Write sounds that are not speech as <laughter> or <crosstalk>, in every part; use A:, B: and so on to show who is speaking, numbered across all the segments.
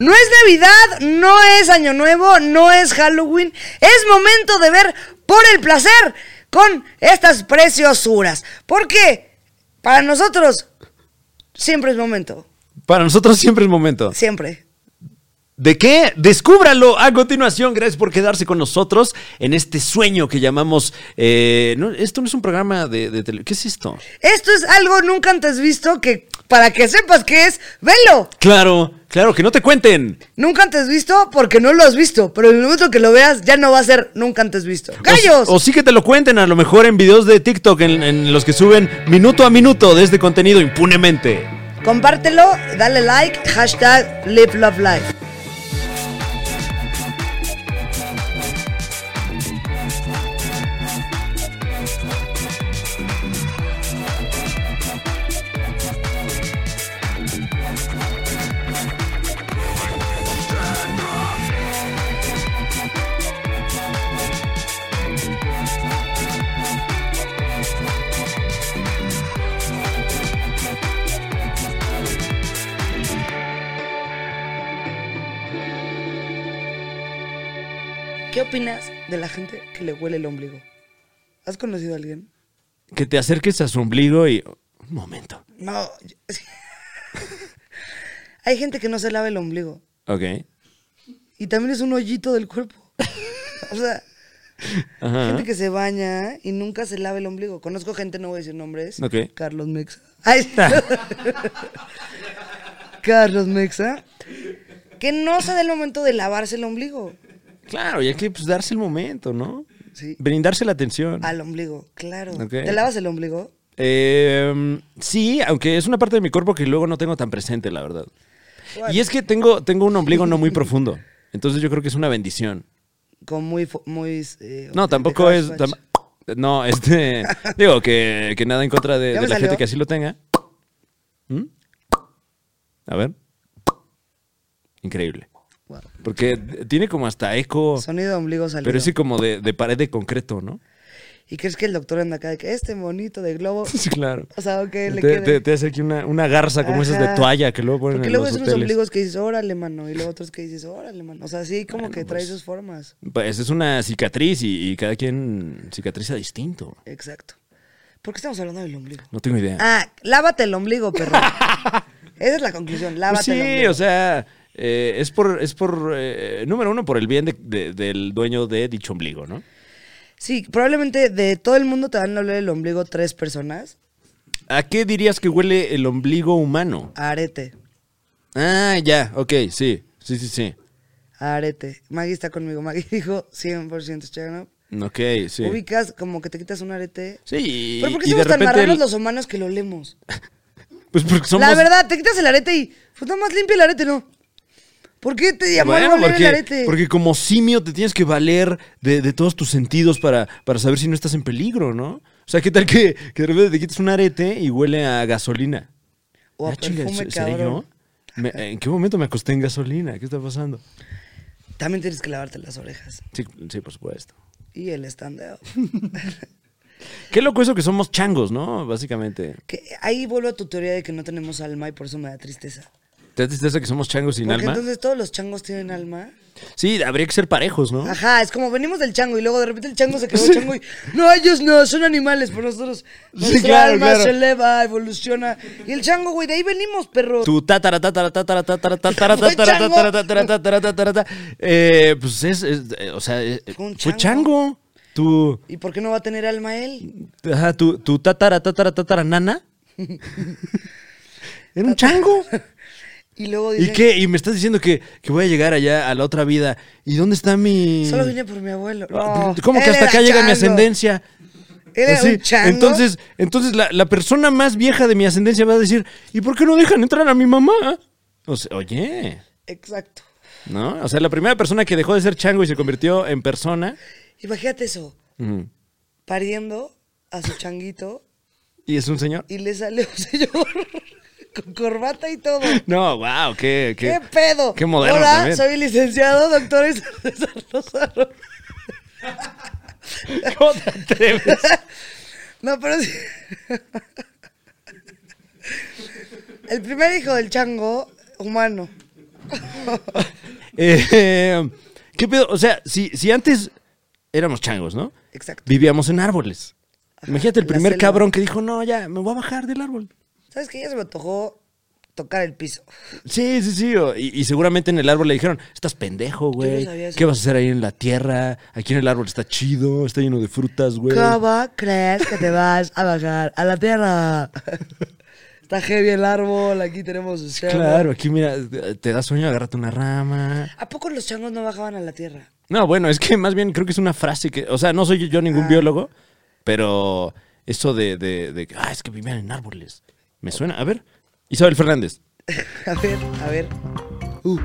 A: No es Navidad, no es Año Nuevo, no es Halloween. Es momento de ver por el placer con estas preciosuras. Porque para nosotros siempre es momento.
B: Para nosotros siempre es momento.
A: Siempre.
B: ¿De qué? Descúbralo a continuación. Gracias por quedarse con nosotros en este sueño que llamamos. eh, no, esto no es un programa de, de tele- ¿Qué es esto?
A: Esto es algo nunca antes visto que para que sepas qué es, velo.
B: Claro, claro, que no te cuenten.
A: Nunca antes visto porque no lo has visto, pero en el momento que lo veas ya no va a ser nunca antes visto. ¡Gallos!
B: O, o sí que te lo cuenten, a lo mejor en videos de TikTok, en, en los que suben minuto a minuto de este contenido impunemente.
A: Compártelo, dale like, hashtag live love life. ¿Qué opinas de la gente que le huele el ombligo? ¿Has conocido a alguien?
B: Que te acerques a su ombligo y. Un momento.
A: No. yo- <laughs> Hay gente que no se lava el ombligo
B: Ok.
A: y también es un hoyito del cuerpo. o sea,
B: Ajá.
A: gente que se baña y nunca se lava el ombligo. Conozco gente, no voy a decir nombres.
B: Ok.
A: Carlos Mexa. Ay,
B: <laughs>
A: Carlos Mexa. Que no se da el momento de lavarse el ombligo.
B: Claro, y hay que pues, darse el momento, ¿no?
A: Sí.
B: Brindarse la atención.
A: Al ombligo, claro.
B: Ok.
A: ¿Te lavas el ombligo?
B: Eh, sí, aunque es una parte de mi cuerpo que luego no tengo tan presente, la verdad.
A: Bueno.
B: Y es que tengo, tengo un ombligo no
A: <laughs>
B: muy profundo. Entonces yo creo que es una bendición.
A: Con muy... fo- muy eh,
B: No, tampoco es.
A: Housewives.
B: tam-
A: <laughs>
B: no, este. digo que, que nada en contra de,
A: Ya
B: de
A: me
B: la gente
A: salió.
B: que así lo tenga. ¿Mm? A ver. Increíble.
A: Wow.
B: Porque tiene como hasta eco,
A: Sonido de ombligo salido.
B: Oh. pero ese como de, de pared de concreto, ¿no? <laughs>
A: ¿Y crees que el doctor anda acá de que este monito de
B: <laughs>
A: globo?
B: Sí, claro.
A: O sea, ok, le
B: te,
A: queda.
B: te- te hace aquí una, una garza como esas de
A: Ajá.
B: toalla que luego ponen
A: Porque
B: en
A: luego
B: los
A: es unos
B: hoteles.
A: ombligos que dices, órale, mano. Y luego otros que dices, órale, mano. O sea, sí, como que trae sus formas.
B: Pues es una cicatriz y, y cada quien cicatriza distinto.
A: Exacto. ¿Por qué estamos hablando del ombligo?
B: No tengo idea.
A: Ah, lávate el ombligo,
B: <laughs>
A: perro. Esa es la conclusión,
B: Pues
A: lávate el
B: sí,
A: ombligo.
B: o sea, eh, es por, es por eh, número uno, por el bien de- de- del dueño de dicho ombligo, ¿no?
A: Sí, probablemente de todo el mundo te van a hablar el ombligo tres personas.
B: ¿A qué dirías que huele el ombligo humano?
A: Arete,
B: Ah, ya, ok, sí, sí, sí, sí.
A: arete. Maggie está conmigo. Maggie dijo 100% Chagano.
B: Ok, sí.
A: Ubicas como que te quitas un arete.
B: Sí, y,
A: ¿Pero por qué
B: y de
A: somos tan
B: repente...
A: marranos
B: el-
A: los humanos que lo olemos?
B: Pues porque somos...
A: La verdad, te quitas el arete y pues nada más limpia el arete, ¿no? ¿Por qué te llamaron a
B: Bueno,
A: oler el
B: porque,
A: arete?
B: porque como simio te tienes que valer de, de todos tus sentidos para, para saber si no estás en peligro, ¿no? O sea, ¿qué tal que, que de repente te quites un arete y huele a gasolina?
A: O a
B: Ah, chinga,
A: perfume,
B: ¿se- ¿seré
A: cabrón.
B: yo? Me- ¿En qué momento me acosté en gasolina? ¿Qué está pasando?
A: También tienes que lavarte las orejas.
B: Sí, sí, por supuesto.
A: Y el
B: <laughs>
A: estandeo.
B: Qué loco eso que somos changos, ¿no? Básicamente.
A: que ahí vuelvo a tu teoría de que no tenemos alma y por eso me da tristeza.
B: ¿Te da tristeza que somos changos sin
A: Porque
B: alma?
A: entonces todos los changos tienen alma.
B: Sí, habría que ser parejos, ¿no?
A: Ajá, es como venimos del chango y luego de repente el chango
B: <laughs>
A: se quedó chango y no, ellos no, son animales, por nosotros nuestra
B: claro,
A: alma
B: claro.
A: se eleva, evoluciona. Y el chango, güey, de ahí venimos, perro.
B: Tu tatara, tatara, tatara, tatara, tatara,
A: Fue
B: tatara,
A: chango.
B: tatara, tatara, tatara, tatara, tatara. Eh, Pues es, es, eh, o sea, eh,
A: Fue un
B: fue
A: chango.
B: chango. Tu,
A: ¿Y por qué no va a tener alma él?
B: ajá, tu, tu tatara, tatara,
A: <laughs>
B: tatara, nana. Era un chango.
A: Y luego
B: ¿Y
A: dice,
B: qué? ¿Y me estás diciendo que, que voy a llegar allá a la otra vida? ¿Y dónde está mi...?
A: solo vine por mi abuelo.
B: Ah,
A: No,
B: ¿Cómo que
A: él
B: hasta
A: era
B: acá llega mi
A: chango.
B: ascendencia?
A: Él era
B: Así,
A: un chango.
B: Entonces, entonces la, la persona más vieja de mi ascendencia va a decir, ¿y por qué no dejan entrar a mi mamá? O sea, oye,
A: Exacto.
B: ¿no? O sea, la primera persona que dejó de ser chango y se convirtió en persona.
A: Imagínate eso,
B: mm,
A: pariendo a su changuito
B: Y es un señor. <laughs>
A: y le sale un <laughs> señor con corbata y todo.
B: No, wow, qué,
A: ¿Qué,
B: qué,
A: pedo?
B: Qué moderno
A: Hola,
B: también.
A: soy licenciado doctor en César Lozano.
B: <laughs> ¿Cómo te
A: <laughs>
B: atreves?
A: No, pero sí. El primer hijo del chango humano. <laughs>
B: Eh, ¿Qué pedo? O sea, si, si antes éramos changos, ¿no?
A: Exacto.
B: Vivíamos en árboles.
A: Ajá,
B: Imagínate el
A: en la
B: primer
A: selva.
B: cabrón que dijo, no, ya, me voy a bajar del árbol.
A: ¿Sabes qué? Ya se me antojó tocar el piso.
B: Sí, sí, sí. o- Y, y seguramente en el árbol le dijeron, estás pendejo, güey.
A: sabía eso.
B: ¿Qué vas a hacer ahí en la tierra? Aquí en el árbol está chido, está lleno de frutas,
A: Pues
B: güey.
A: ¿Cómo crees que te vas a bajar a la tierra? Está heavy el árbol, aquí tenemos un cerro.
B: Claro, aquí mira, te da sueño, agárrate una rama.
A: ¿A poco los changos no bajaban a la tierra? <laughs>
B: No, bueno, es que más bien creo que es una frase que, o sea, no soy yo ningún biólogo, pero eso de, de, de que, ah, es que vivían en árboles. Me suena, a ver, Isabel Fernández.
A: A ver, a ver. Uh,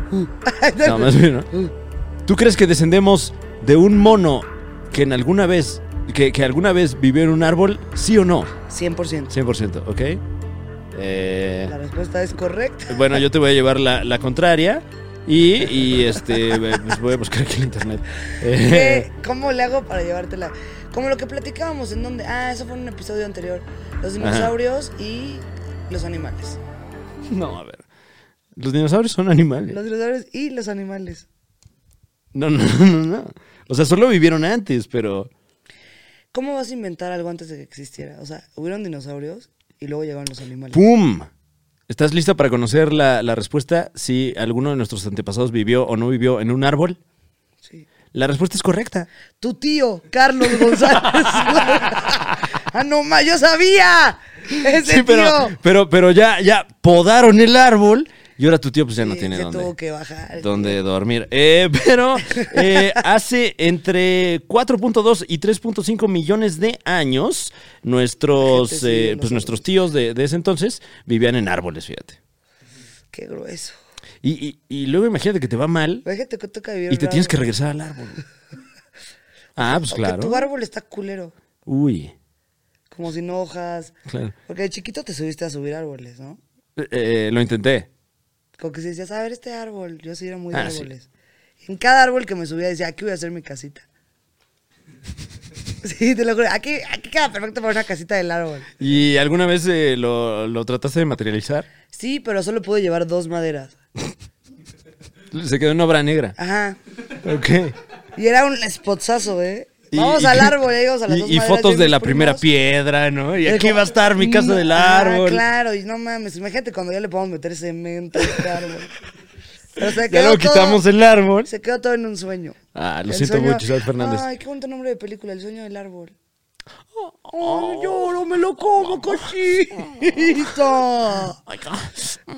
B: No, más bien, ¿no? ¿Tú crees que descendemos de un mono que en alguna vez, que, que alguna vez vivió en un árbol, sí o no?
A: 100%.
B: 100%, ¿ok? Eh,
A: La respuesta es <laughs> correcta.
B: bueno, yo te voy a llevar la, la contraria y, y, este, <laughs> pues, voy a buscar aquí en internet. Eh,
A: ¿Qué? ¿Cómo le hago para llevártela? Como lo que platicábamos, ¿en donde Ah, eso fue en un episodio anterior. Los dinosaurios y los animales.
B: <laughs> No, a ver. Los dinosaurios son animales.
A: Los dinosaurios y los animales.
B: No, no, no, no. O sea, solo vivieron antes, pero.
A: ¿Cómo vas a inventar algo antes de que existiera? O sea, hubieron dinosaurios y luego llegaron los animales.
B: ¡Pum! ¿Estás lista para conocer la, la respuesta si alguno de nuestros antepasados vivió o no vivió en un árbol?
A: Sí.
B: La respuesta es correcta.
A: Tu tío, Carlos González. <laughs> ah, no, ma, yo sabía. Ese
B: Sí, pero,
A: tío.
B: pero, pero ya, ya podaron el árbol y ahora tu tío pues ya no
A: Sí,
B: tiene
A: se
B: dónde.
A: tuvo que bajar.
B: donde dormir. Eh, <laughs> pero eh, hace entre 4.2 y 3.5 millones de años,
A: La gente
B: nuestros,
A: sigue
B: eh,
A: en los
B: pues, nuestros tíos de, de ese entonces vivían en árboles, fíjate.
A: Qué grueso.
B: Y, y- y luego imagínate que te va mal
A: Fíjate que toca vivir.
B: y te
A: un
B: tienes que
A: árbol.
B: regresar
A: <laughs>
B: al árbol. Ah, pues
A: O que
B: claro.
A: tu árbol está culero.
B: Uy,
A: Como sin hojas.
B: claro.
A: Porque de chiquito te subiste a subir árboles, ¿no?
B: Eh, eh, lo intenté.
A: Como que si decías, a ver este árbol. Yo sí era muy de
B: Ah, sí.
A: árboles. En cada árbol que me subía decía, aquí voy a hacer mi casita. <laughs> sí, te lo juro. Aquí, aquí queda perfecto para una casita del árbol.
B: ¿Y alguna vez eh, lo, lo trataste de materializar?
A: Sí, pero solo pude llevar dos maderas.
B: Se quedó en obra negra.
A: Ajá.
B: Ok.
A: Y era un spotsazo, ¿eh?
B: Y-
A: Vamos
B: <laughs> y-
A: al árbol, ya íbamos a las
B: y-
A: dos
B: Y
A: maderas, yo
B: fotos
A: y
B: de
A: mis
B: la primera
A: primos.
B: piedra, ¿no? Y
A: Era
B: aquí
A: como,
B: va a estar mi casa
A: no,
B: del
A: ah,
B: árbol.
A: claro, y no mames, imagínate cuando ya le podemos meter cemento a este árbol. Pero se
B: Ya lo
A: todo-
B: quitamos el árbol.
A: Se quedó todo en un sueño.
B: Ah, lo
A: El
B: siento
A: sueño-
B: mucho, Isabel Fernández.
A: Ay, qué bonito nombre de película, El sueño del árbol.
B: Oh, lloro, me lo como,
A: <laughs>
B: ah.
A: ¡Listo! <laughs>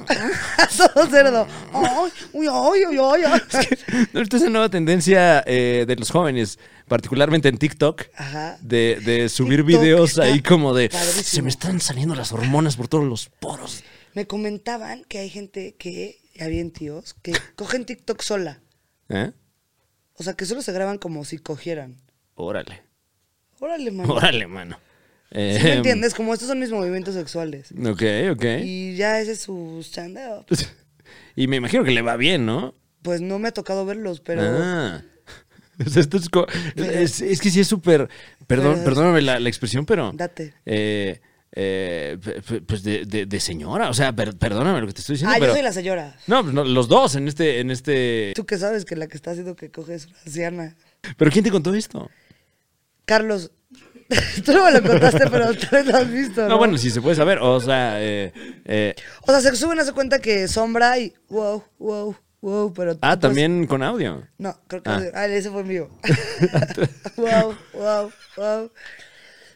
A: Todo cerdo. ¡Ay, uy, ay, uy, ay, ay!
B: <laughs> Ahorita es una nueva tendencia eh, de los jóvenes, particularmente en TikTok,
A: Ajá.
B: de, de subir
A: TikTok
B: videos
A: está
B: ahí como de
A: padrísimo.
B: se me están saliendo las hormonas por todos los poros.
A: Me comentaban que hay gente que, había en tíos, que cogen TikTok sola.
B: ¿Eh?
A: O sea, que solo se graban como si cogieran.
B: Órale,
A: Órale, mamá.
B: órale, mano.
A: ¿Sí
B: Em,
A: me entiendes? Como estos son mis movimientos sexuales.
B: Ok, ok.
A: Y ya ese es su stand-up.
B: <laughs> Y me imagino que le va bien, ¿no?
A: Pues no me ha tocado verlos, pero...
B: Ah. <laughs> O sea, esto es, co- es- es que sí es súper. Perdón,
A: Pero-
B: perdóname la, la expresión, pero.
A: Date.
B: eh, eh, p- p- pues de, de- de señora. O sea, per- perdóname lo que te estoy
A: ah,
B: diciendo.
A: yo
B: pero,
A: soy la señora.
B: no, pues no, los dos en este, en este.
A: Tú que sabes que la que está haciendo que coge es una anciana.
B: Pero ¿quién te contó esto?
A: Carlos, <laughs> tú no me lo contaste, pero tú lo has visto,
B: No,
A: ¿no?
B: bueno, si se puede saber. O sea, eh, eh,
A: O sea, se suben a su cuenta que sombra y wow, wow, wow, pero...
B: ah,
A: pues,
B: también con audio.
A: No, creo que...
B: Ah.
A: Ah, ese fue
B: <laughs>
A: mío. wow, wow, wow.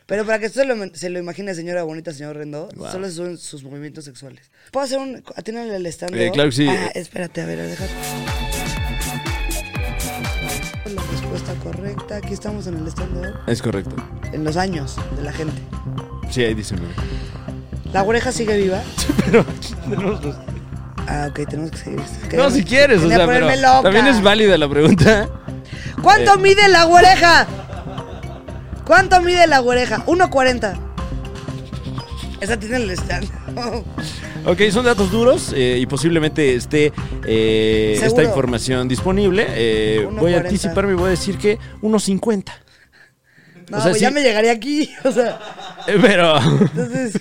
A: Pero para que usted lo- se lo imagine, señora bonita, señor Rendó,
B: Wow.
A: solo se suben sus movimientos sexuales. ¿Puedo hacer un...? Atiéndale al stand
B: Eh, claro que sí.
A: Ah, espérate, a ver, déjame. La respuesta correcta. Aquí estamos en el stand
B: Es correcto.
A: En los años de la gente.
B: Sí, ahí dice. mira.
A: ¿La oreja sigue viva?
B: <laughs> Pero tenemos los-
A: Ah, ok, tenemos que seguir. Es que
B: No,
A: ya
B: si
A: me-
B: quieres, o
A: quería
B: sea, pero
A: ponerme loca.
B: también es válida la pregunta.
A: ¿Cuánto
C: Eh.
A: mide la oreja? ¿Cuánto mide la oreja? 1.40. Esa tiene el <laughs> stand.
B: Ok, son datos duros eh, y posiblemente esté eh,
A: Seguro.
B: esta información disponible. Eh, voy a
A: 1.40.
B: anticiparme y voy a decir que 1.50.
A: No,
B: O sea,
A: pues ya <laughs>
B: sí.
A: me llegaría aquí. O sea, <laughs>
B: Eh, Pero.
A: entonces.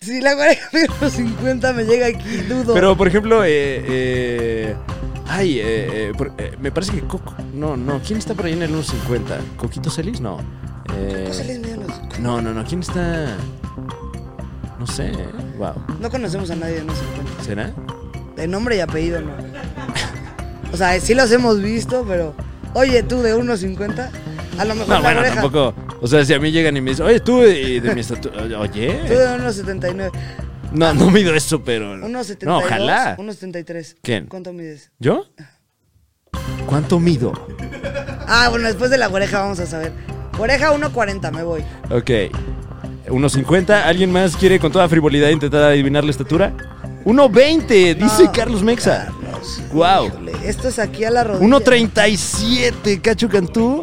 A: Si la <laughs> pareja de los 50 me llega aquí, dudo.
C: Pero, por ejemplo, eh, eh, ay, eh, eh, por- eh, me parece que Coco. No, no. ¿Quién está por ahí en el 150? ¿Coquito Celis? No. Eh,
A: José Luis Miguel nos-
C: no, no, no. ¿Quién está? No sé. Wow.
A: No conocemos a nadie de los 50.
C: ¿Será?
A: De nombre y apellido no. O sea, sí los hemos visto, pero. Oye, tú de 1.50, a lo mejor
C: No,
A: la
C: bueno,
A: oreja.
C: tampoco. O sea, si a mí llegan y me dicen, oye, tú eh, de mi estatura. Oye.
A: Tú de 1.79.
C: No, no mido eso, pero.
A: 1.72.
C: No, ojalá.
A: 1.73.
C: ¿Quién?
A: ¿Cuánto mides?
C: ¿Yo? ¿Cuánto mido?
A: Ah, bueno, después de la oreja vamos a saber. Oreja 1.40, me voy.
C: Ok. 1.50. ¿Alguien más quiere con toda frivolidad intentar adivinar la estatura? 1.20, dice
A: No,
C: Carlos Mexa.
A: Carlos,
C: Wow.
A: híjole, Esto es aquí a la rodilla.
C: 1.37, Cacho Cantú.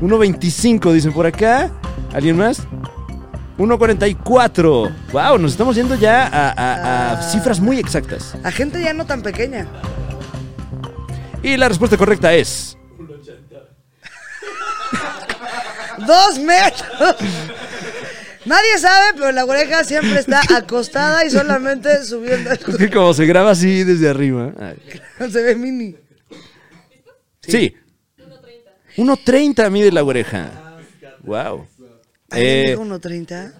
C: 1.25, dicen por acá. ¿Alguien más? 1.44. Wow, nos estamos yendo ya a, a- a
A: Ah.
C: cifras muy exactas.
A: A gente ya no tan pequeña.
C: Y la respuesta correcta es.
A: ¡Dos metros! Nadie sabe, pero la oreja siempre está acostada y solamente subiendo.
C: Es que como se graba así desde arriba. ay.
A: <laughs> Se ve mini.
C: Sí. 1.30 mide la oreja. Eh, Wow.
A: ¿Alguien
B: Eh,
A: dijo 1.30?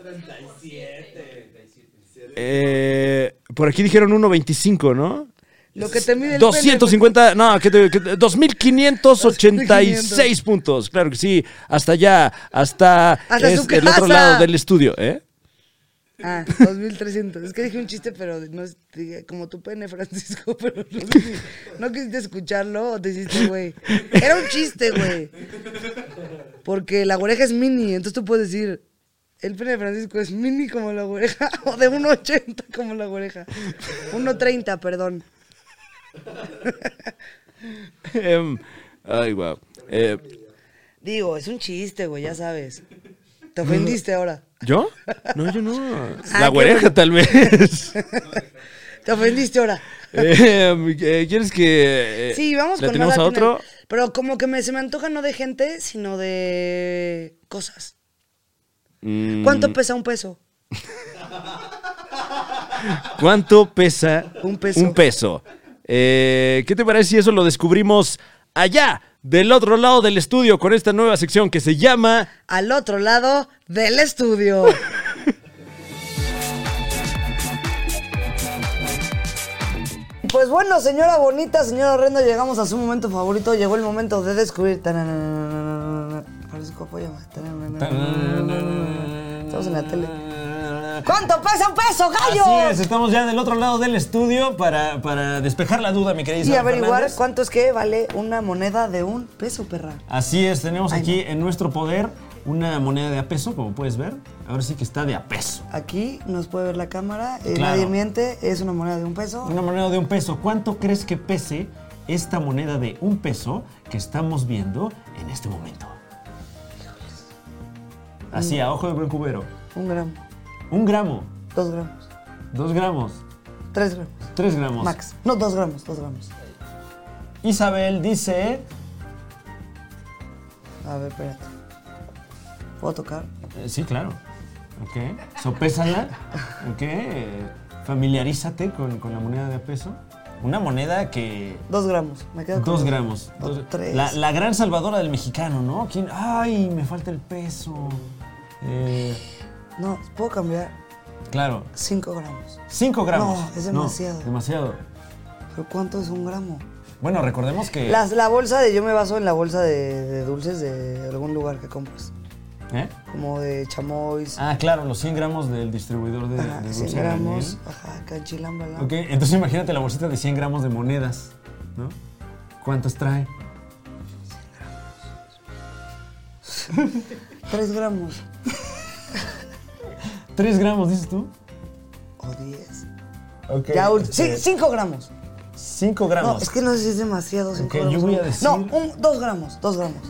C: eh, por aquí dijeron 1.25, ¿no?
A: Lo que te mide el pues,
C: 250, no, que te- que te- 2.586 puntos. Claro que sí, hasta allá, hasta,
A: Hasta su
C: el otro
A: casa.
C: lado del estudio, ¿eh?
A: pene. Ah, 2.300. Es que dije un chiste, pero no es dije, como tu pene, Francisco, <laughs> pero no, quis- no quisiste escucharlo o te hiciste, güey. Era un chiste, güey. Porque la oreja es mini, entonces tú puedes decir... El pene de Francisco es mini como la oreja <laughs> o de 1.80 como la oreja. 1.30, perdón.
C: Em, ay, wow. Eh,
A: Digo, es un chiste, güey, ya sabes. Te ofendiste ahora.
C: ¿Yo? No, yo no.
A: Ah,
C: la
A: qué
C: oreja,
A: bueno.
C: tal vez.
A: <laughs> Te ofendiste ahora.
C: Em, eh, ¿Quieres que. eh,
A: Sí, vamos
C: ¿la
A: con
C: tenemos a
A: Mala Tunel.
C: otro?
A: Pero como que me, se me antoja no de gente, sino de cosas.
C: Mm,
A: ¿Cuánto pesa un peso?
C: ¿Cuánto pesa
A: Un peso.
C: Un peso. Eh, ¿Qué te parece si eso lo descubrimos allá, del otro lado del estudio, con esta nueva sección que se llama
A: Al otro lado del
B: <laughs>
A: estudio. Pues bueno, señora bonita, señor horrendo, llegamos a su momento favorito. Llegó el momento de descubrir. Tananana. Francisco, apóyame. Tananana. Estamos en la tele. ¿Cuánto pesa un peso, gallo?
B: Así es, estamos ya del otro lado del estudio para, para despejar la duda, mi querida
A: Y
B: Isabel
A: averiguar
B: Fernández.
A: cuánto es que vale una moneda de un peso, perra.
B: Así es, tenemos aquí en nuestro poder una moneda de a peso, como puedes ver. Ahora sí que está de a peso.
A: Aquí nos puede ver la cámara, eh,
B: Claro.
A: nadie miente, es una moneda de un peso.
B: Una moneda de un peso. ¿Cuánto crees que pese esta moneda de un peso que estamos viendo en este momento? Así, a ojo de buen cubero.
A: Un gramo,
B: Un gramo,
A: dos gramos,
B: dos gramos,
A: tres gramos,
B: tres gramos.
A: max. No, dos gramos, dos gramos.
B: Isabel dice
A: A ver, espérate. ¿Puedo tocar?
B: Eh, Sí, claro. Ok. Sopésala. Ok. eh, Familiarízate con, con la moneda de a peso. Una moneda que.
A: Dos gramos, me quedo con
B: Dos gramos.
A: o
B: Dos-
A: tres.
B: La, la gran salvadora del mexicano, ¿no? ¿Quién? ¡Ay! Me falta el peso. Eh,
A: No, puedo cambiar
B: claro.
A: cinco gramos.
B: Cinco gramos.
A: No, es demasiado.
B: demasiado.
A: ¿Pero cuánto es un gramo?
B: Bueno, recordemos que.
A: Las- la bolsa de, yo me baso en la bolsa de, de dulces de algún lugar que compras.
B: ¿Eh?
A: Como de chamois,
B: Ah, claro, los 100 gramos del distribuidor de.
A: ajá,
B: de
A: cien
B: dulce de
A: gramos, ajá, canchilambala.
B: granel. Ok, entonces imagínate la bolsita de 100 gramos de monedas, ¿no? ¿Cuántas trae?
A: Tres gramos
B: ¿Tres gramos, dices tú?
A: o diez.
B: Ok.
A: Ya, ul-
B: este,
A: sí, cinco gramos.
B: 5
A: No,
B: gramos.
A: es que no sé si es demasiado. Cinco
B: Ok, yo
A: gramos.
B: voy a
A: ¿no?
B: decir-
A: No, un, dos gramos, dos gramos.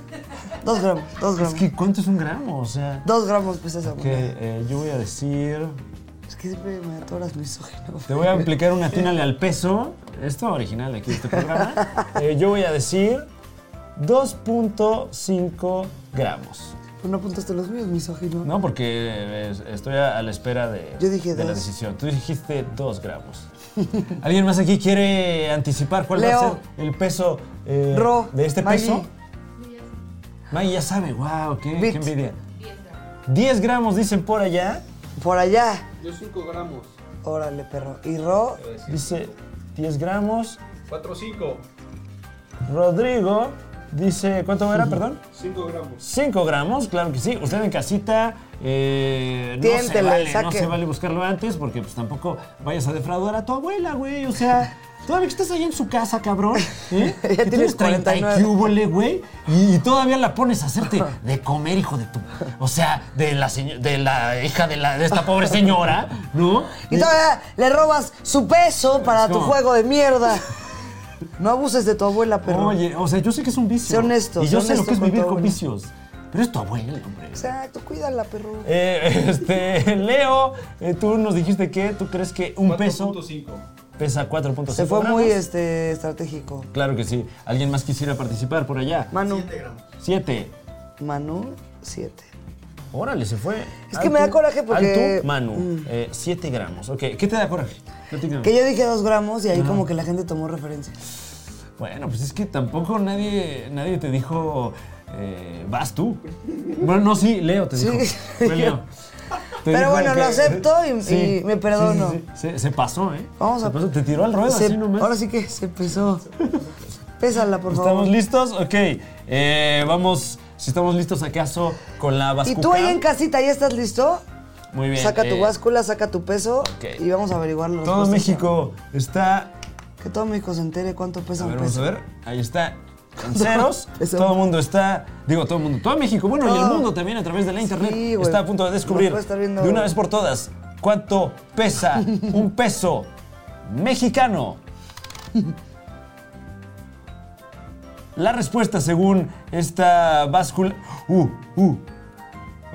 A: Dos gramos, dos
B: Es
A: gramos.
B: que, ¿cuánto es un gramo? O sea.
A: Dos gramos pues esa
B: Ok,
A: moneda.
B: eh, yo voy a decir.
A: Es que siempre me atoras misógino.
B: Te voy a aplicar una tínale al peso. Esto original de aquí de este programa. Eh, yo voy a decir 2.5 gramos.
A: No apuntaste los míos, misógino.
B: No, porque eh, es- estoy a a la espera de,
A: Yo dije
B: de la
A: dos.
B: decisión. Tú dijiste dos gramos. ¿Alguien más aquí quiere anticipar cuál va a
A: Leo.
B: ser el peso eh,
A: Ro,
B: de este
A: Maggie.
B: peso? Maggie ya sabe, wow, qué, qué
A: Bit.
B: envidia. 10 gramos dicen por allá.
A: Por allá.
D: Yo 5 gramos.
A: Órale, perro. Y Ro,
B: Dice 10 gramos.
D: 4 5.
B: Rodrigo dice, ¿cuánto era, perdón?
D: 5 gramos.
B: 5 gramos, claro que sí. Usted en casita, eh, no, se
A: Tiéntele,
B: vale, no
A: saque.
B: se vale buscarlo antes porque pues tampoco vayas a defraudar a tu abuela, güey. O sea, todavía que estás ahí en su casa,
A: <laughs>
B: cabrón. ¿eh?
A: Ya
B: Y
A: tienes
B: tienes 30 y
A: 49.
B: qué húbole, güey. Y, y todavía la pones a hacerte de comer, hijo de tu... O sea, de la, seño- de la hija de, la, de esta pobre señora, ¿no?
A: y todavía le robas su peso para tu
B: como-
A: juego de mierda. No abuses de tu abuela, perro.
B: Oye, o sea, yo sé que es un vicio.
A: Sé honesto,
B: Y yo
A: sé
B: sé lo
A: honesto
B: que
A: con
B: es
A: tu
B: vivir con
A: abuela.
B: vicios. Pero es tu abuela, hombre.
A: Exacto, cuídala, perro.
B: Eh, <laughs> este, Leo, eh, tú nos dijiste que tú crees que un peso
D: 5.
B: pesa 4.5
A: Se fue
B: gramos.
A: muy este, estratégico.
B: Claro que sí. ¿Alguien más quisiera participar por allá?
A: Manu.
B: 7.
A: Manu, siete.
B: Mm. Órale, se fue.
A: Es que me da coraje porque- Mm.
B: Alto, Manu. 7 gramos. Ok, ¿qué te da coraje? Platícame.
A: Que yo dije dos gramos y ahí como que la gente tomó referencia.
B: Bueno, pues es que tampoco nadie, nadie te dijo, eh, vas tú. Bueno, no, sí, Leo te
A: Sí.
B: dijo.
A: <laughs>
B: Fue Leo. Te
A: Pero
B: dijo
A: bueno, lo acepto y- y me perdono.
B: sí, sí. Se, se pasó, ¿eh?
A: Vamos
B: Se
A: a-
B: pasó, Te tiró al ruedo
A: Se-
B: así nomás.
A: Ahora sí que se empezó. Pésala, por favor.
B: ¿Estamos listos? Ok. eh, vamos, si estamos listos, ¿acaso con la
A: ¿Y
B: bascuca?
A: tú ahí en casita ya estás listo?
B: Muy bien.
A: saca tu pues,
B: eh,
A: báscula, saca tu peso
B: ok.
A: y vamos a averiguar la
B: Todo
A: respuesta.
B: México está
A: Que todo México se entere cuánto pesa
B: A
A: un
B: ver, vamos a
A: peso.
B: ver. Ahí está.
A: <laughs>
B: En ceros.
A: Eso.
B: Todo el mundo está. Digo, todo el mundo. Todo México, bueno, y el
A: Todo.
B: mundo también a través de la internet
A: Sí, güey.
B: está a punto de descubrir
A: Nos puede estar viendo-
B: de una vez por todas cuánto
A: <laughs>
B: pesa un peso mexicano. La respuesta según esta báscula. Uh, uh.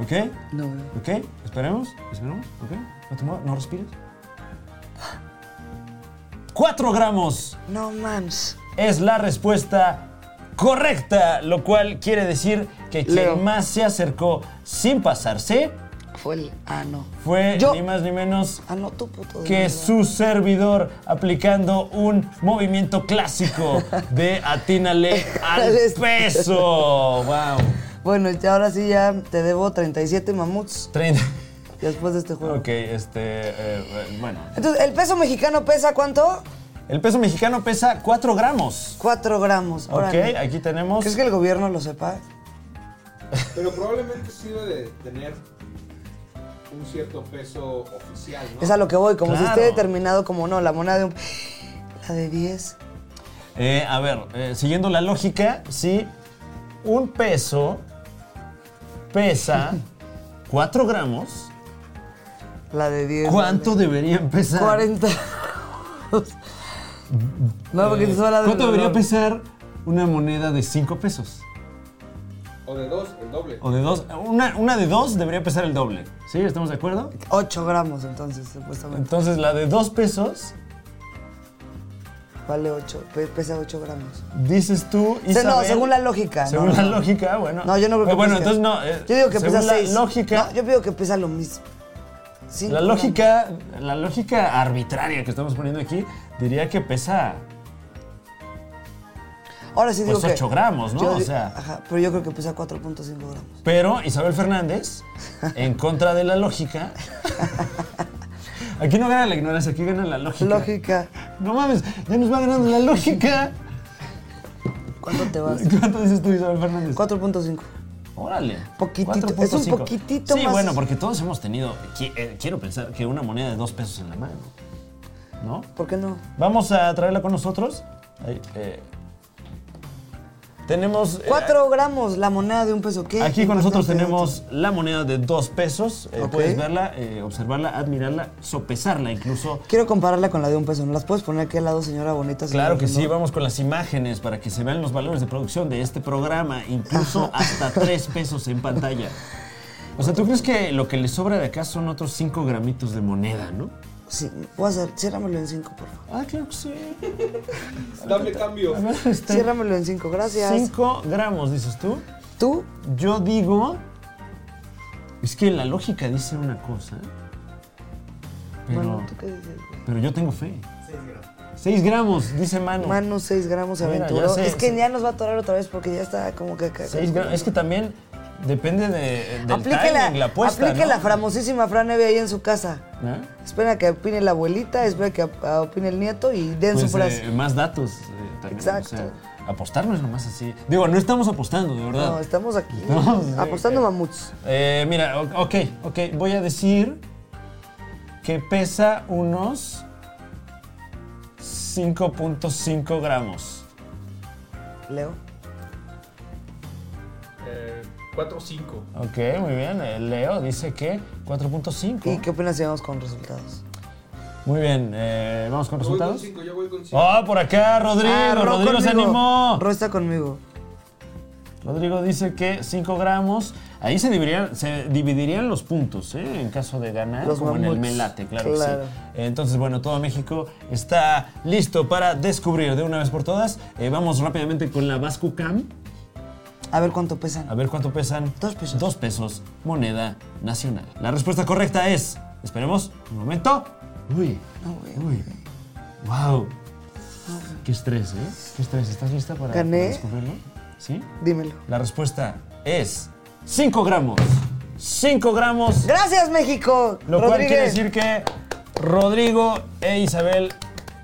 B: ¿Ok?
A: No, güey.
B: ¿Ok? Esperemos. Esperemos. ¿Ok? No te muevas, no respires. 4 gramos
A: No mames.
B: es la respuesta correcta, lo cual quiere decir que quien
A: Leo.
B: más se acercó sin pasarse
A: Fue el. Ah, no.
B: fue
A: Yo.
B: ni más ni menos
A: Ah, no, tú, puto. de
B: que
A: mierda.
B: su servidor aplicando un movimiento clásico
A: <laughs>
B: de atínale al
A: este.
B: peso. ¡Wow!
A: Bueno, ya ahora sí ya te debo 37 mamuts
B: 30.
A: después de este juego.
B: Ok, este. eh, bueno.
A: Entonces, ¿el peso mexicano pesa cuánto?
B: El peso mexicano pesa 4 gramos.
A: 4 gramos.
B: Ok,
A: Órale.
B: aquí tenemos.
A: ¿Crees que el gobierno lo sepa?
D: Pero probablemente sí debe de tener un cierto peso oficial, ¿no?
A: Es a lo que voy, como si
B: Claro.
A: esté determinado como no, la moneda de un... La de 10.
B: Eh, a ver, eh, siguiendo la lógica, si un peso
A: <laughs>
B: pesa 4 gramos,
A: La de 10.
B: ¿cuánto debería pesar?
A: 40. no, porque
B: Eh,
A: te suena la de
B: ¿Cuánto
A: un
B: debería
A: error.
B: pesar una moneda de 5 pesos?
D: O de dos, el doble.
B: O de 2. Una, una de 2 debería pesar el doble. ¿Sí? ¿Estamos de acuerdo?
A: 8 gramos entonces, supuestamente.
B: Entonces la de 2 pesos,
A: Vale 8, pesa 8 gramos.
B: dices tú,
A: Se-
B: Isabel,
A: no, según la lógica. no,
B: Según
A: no,
B: la
A: no.
B: lógica, bueno.
A: No, yo no creo que
B: Eh, Bueno,
A: pese.
B: entonces no. eh,
A: Yo digo que
B: según
A: pesa
B: la
A: 6.
B: lógica.
A: No, yo digo que pesa lo mismo. Cinco
B: La
A: gramos.
B: lógica, la lógica arbitraria que estamos poniendo aquí diría que pesa
A: Ahora sí
B: pues,
A: digo que.
B: 8 gramos, ¿no?
A: yo
B: O
A: di-
B: sea,
A: Ajá, pero yo creo que pesa 4.5 gramos.
B: pero Isabel Fernández,
A: <laughs>
B: en contra de la lógica. Aquí no gana la ignorancia, aquí gana la lógica.
A: Lógica.
B: No mames, ya nos va ganando la lógica.
A: ¿Cuánto te
B: <laughs>
A: vas?
B: ¿Cuánto dices tú, Isabel Fernández?
A: 4.5
B: Órale.
A: Poquitito,
B: 4.5.
A: es un poquitito
B: sí,
A: más.
B: bueno, porque todos hemos tenido, qui- eh, quiero pensar, que una moneda de dos pesos en la mano. ¿No?
A: ¿Por qué no?
B: Vamos a traerla con nosotros. Ahí, eh, tenemos. eh,
A: 4 gramos la moneda de un peso. ¿Qué?
B: aquí con nosotros
A: importante
B: tenemos la moneda de dos pesos. Eh,
A: Ok.
B: Puedes verla, eh, observarla, admirarla, sopesarla incluso.
A: dato. Quiero compararla con la de un peso. ¿No las puedes poner aquí al lado, señora bonita? señora
B: Claro que sí,
A: lindo?
B: vamos con las imágenes para que se vean los valores de producción de este programa, <laughs> incluso hasta tres pesos en pantalla. O sea, ¿tú crees que lo que le sobra de acá son otros cinco gramitos de moneda, no?
A: Sí, voy a hacer. Ciérramelo en 5, por favor.
B: Ah, claro que sí.
D: Dame cambio.
B: A ver, <laughs> este,
A: Ciérramelo en 5, gracias.
B: Cinco gramos, dices tú.
A: ¿Tú?
B: Yo digo Es que la lógica dice una cosa. Pero,
A: Manu, ¿tú qué dices?
B: pero yo tengo fe. 6 gramos. 6 gramos, dice Manu.
A: Manu, 6 gramos
B: Mira, ya
A: aventuró.
B: sé,
A: Es que
B: sí.
A: ya nos va a atorar otra vez porque ya está como que... que-
B: Seis gramos. Es que también depende de, del
A: Aplique la,
B: timing, la apuesta,
A: aplique
B: ¿no?
A: la famosísima Fran Evia ahí en su casa.
B: ¿Ah?
A: Espera que opine la abuelita, espera que op- opine el nieto y den
B: Pues,
A: su frase.
B: eh, más datos eh, también.
A: Exacto.
B: o sea, apostar no es nomás así. Digo, no estamos apostando, de verdad.
A: no, estamos aquí
B: <laughs> No, sí,
A: apostando
B: ok.
A: mamuts.
B: Eh, mira, o- ok, ok. Voy a decir que pesa unos 5.5 gramos.
A: Leo.
D: Eh, 4 o 5.
B: Ok, muy bien. Eh, Leo dice que 4.5.
A: ¿Y qué opinas si vamos con resultados?
B: Muy bien, eh, vamos con
D: Yo voy con
B: resultados.
D: 5, yo voy con 5.
B: ¡Ah, por acá, Rodrigo!
A: Ah, Ro
B: ¡Rodrigo se
A: conmigo.
B: animó!
A: Ro está conmigo.
B: Rodrigo dice que 5 gramos. Ahí se dividirían, se dividirían los puntos, ¿eh? En caso de ganar,
A: Los
B: como en el
A: mamuts.
B: melate, claro, que
A: Claro.
B: sí. Entonces, bueno, todo México está listo para descubrir de una vez por todas. Eh, vamos rápidamente con la Vasco Cam.
A: A ver cuánto pesan.
B: A ver cuánto pesan.
A: Dos pesos.
B: Dos pesos, moneda nacional. La respuesta correcta es. Esperemos un momento. Uy. Uy. Wow. Qué estrés, ¿eh? Qué estrés. ¿Estás lista para,
A: Gané.
B: para descubrirlo? Sí.
A: Dímelo.
B: La respuesta es 5 gramos. 5 gramos.
A: Gracias, México.
B: Lo cual quiere
A: Rodríguez.
B: decir que Rodrigo e Isabel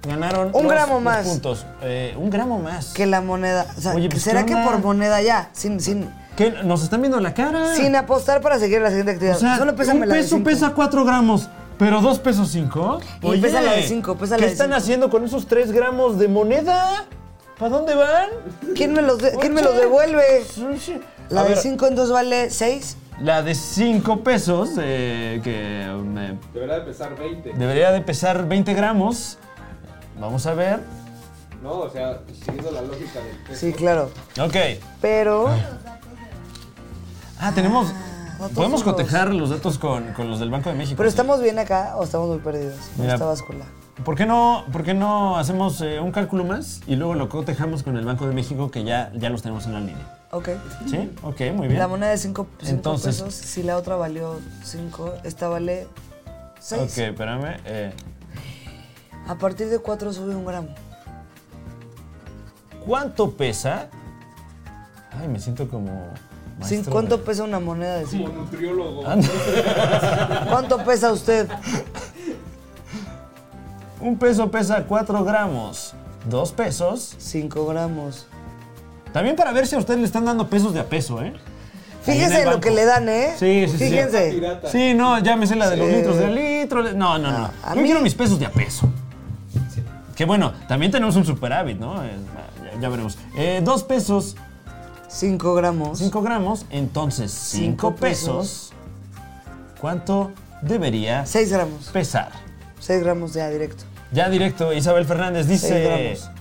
B: ganaron
A: Un
B: los-
A: gramo
B: los
A: más.
B: puntos. Eh, un gramo más.
A: Que la moneda. O sea,
B: Oye, pues,
A: ¿será
B: ¿qué
A: que
B: onda? Ah.
A: por moneda ya? Sin, sin,
B: ¿Qué? ¿Nos están viendo la cara?
A: sin apostar para seguir la siguiente actividad.
B: O sea,
A: Solo pésame
B: un
A: la de
B: peso
A: cinco.
B: pesa 4 gramos, pero 2 pesos 5.
A: Y pesa la de cinco, pesa la
B: ¿Qué
A: de
B: están
A: cinco.
B: haciendo con esos 3 gramos de moneda? ¿Para dónde van?
A: ¿Quién me los, de- ¿quién me
B: Oye.
A: los devuelve? La
B: A
A: de
B: ver,
A: 5 entonces vale 6.
B: La de 5 pesos, eh, que me
D: Deberá de pesar 20.
B: Debería de pesar 20 gramos. Vamos a ver.
D: No, o sea, siguiendo la lógica del peso.
A: Sí, claro.
B: Ok.
A: Pero
B: Ah, tenemos...
A: no todos
B: Podemos
A: son los-
B: cotejar los datos con, con los del Banco de México.
A: pero
B: sí.
A: estamos bien acá o estamos muy perdidos. Con
B: Mira.
A: esta báscula.
B: ¿Por qué no, por qué no hacemos eh, un cálculo más y luego lo cotejamos con el Banco de México que ya, ya los tenemos en la línea?
A: Ok.
B: ¿Sí? Ok, muy bien.
A: La moneda de 5
B: Entonces-
A: pesos, si la otra valió 5, esta vale 6.
B: Ok, espérame. eh,
A: A partir de 4 sube un gramo.
B: ¿Cuánto pesa? Ay, me siento como...
A: Sin-
B: maestro
A: ¿Cuánto
B: de-
A: pesa una moneda de
B: <laughs>
A: 5?
D: Como nutriólogo.
B: Ah, no.
A: ¿Cuánto pesa usted?
B: <laughs> Un peso pesa 4 gramos. Dos pesos.
A: 5 gramos.
B: También para ver si a ustedes le están dando pesos de a peso, ¿eh?
A: Fíjense lo que le dan, ¿eh?
B: Sí, sí, sí.
A: Fíjense.
D: Pirata.
B: Sí, no, llámese la de los
A: Sí. Ah,
B: litros de a litro. No, no, no.
A: a
B: Yo
A: mí-
B: quiero mis pesos de a peso. Que bueno, también tenemos un superávit, ¿no? Eh, ya, ya veremos. Eh, dos pesos,
A: 5 gramos.
B: cinco gramos, entonces cinco,
A: Cinco
B: pesos.
A: pesos.
B: ¿Cuánto debería
A: 6 gramos.
B: pesar?
A: 6 gramos ya directo.
B: Ya directo, Isabel Fernández dice.
A: Seis gramos.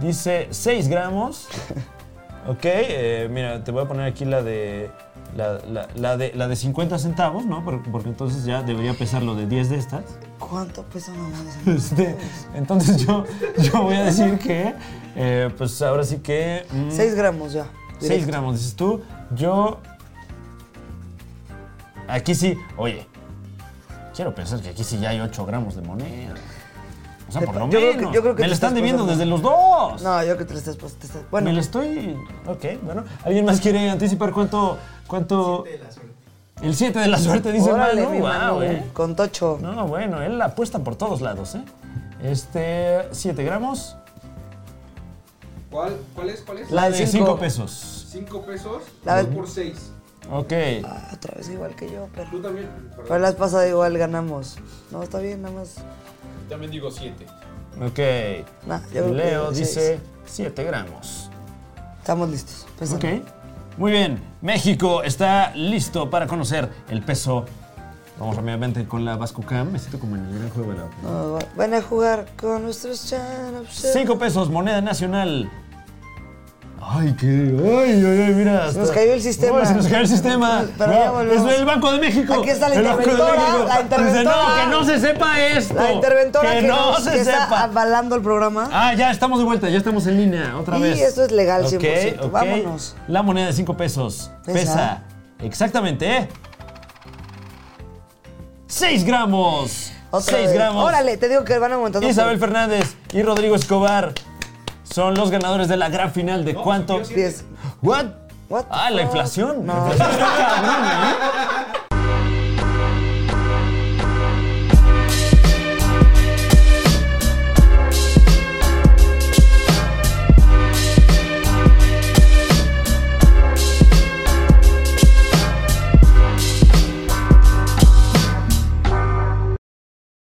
B: Dice 6 gramos.
A: <laughs>
B: ok, eh, mira, te voy a poner aquí la de. La, la- la de, la de 50 centavos, ¿no? Por- Porque entonces ya debería pesar lo de 10 de estas. <laughs>
A: ¿Cuánto pesa una moneda? de cinco?
B: Este, entonces yo, yo voy a decir que, eh, pues ahora sí que... mm,
A: 6 gramos ya.
B: 6 gramos, dices tú. Yo... Aquí sí, oye, quiero pensar que aquí sí ya hay 8 gramos de moneda. O sea,
A: Te
B: por
A: pa-
B: lo
A: yo creo
B: menos.
A: que- yo creo que
B: Me
A: te
B: lo están
A: estás
B: debiendo
A: pasando.
B: desde los dos.
A: No, yo que te lo estás pas- te estás-
B: Me lo
A: Bueno,
B: estoy... Ok, bueno. ¿Alguien más quiere anticipar cuánto... cuánto... El 7 de la suerte, dice
A: órale,
B: Manu.
A: mi
B: Wow,
A: mano.
B: eh.
A: Con tocho.
B: No, bueno, él apuesta por todos lados, ¿eh? Este, 7 gramos.
D: ¿Cuál, ¿Cuál es? ¿Cuál es?
B: La de
A: cinco.
B: 5 eh, pesos.
D: 5 pesos
A: La-
D: dos por 6.
B: Ok.
A: Ah, otra vez igual que yo, pero.
D: Tú también.
A: Pero las pasadas igual ganamos. No, está bien, nada más.
D: También digo 7.
B: Ok.
A: Nah, yo creo
B: Leo
A: que seis.
B: dice 7 gramos.
A: Estamos listos. Pesa.
B: Ok. Muy bien. México está listo para conocer el peso. Vamos rápidamente con la Vascucam. Me siento como en el gran juego de la
A: No, va- van a jugar con nuestros champs.
B: 5 pesos, moneda nacional. Ay, qué. Ay, ay, ay, mira. hasta-
A: nos cayó el sistema.
B: Ay, se nos cayó el sistema.
A: Pero ya
B: No,
A: volvemos.
B: es el Banco de México.
A: Aquí está la
B: El Banco de
A: interventora,
B: México.
A: la interventora.
B: Dice, no, que no se sepa esto.
A: La interventora
B: Que,
A: que,
B: no
A: nos-
B: se
A: que está
B: sepa.
A: avalando el programa.
B: Ah, ya estamos de vuelta, ya estamos en línea otra
A: Y
B: vez.
A: esto es legal, 100%.
B: ok.
A: Vámonos.
B: La moneda de 5 pesos pesa,
A: Pesa.
B: exactamente 6 gramos.
A: Otra
B: 6
A: vez.
B: Ah, gramos.
A: Órale, te digo que van aumentando.
B: Isabel Fernández y Rodrigo Escobar son los ganadores de la gran final de cuánto.
A: Pies.
B: What?
A: What the
B: Ah, la
A: fuck?
B: inflación.
A: No.
B: La inflación está cabrona, ¿eh?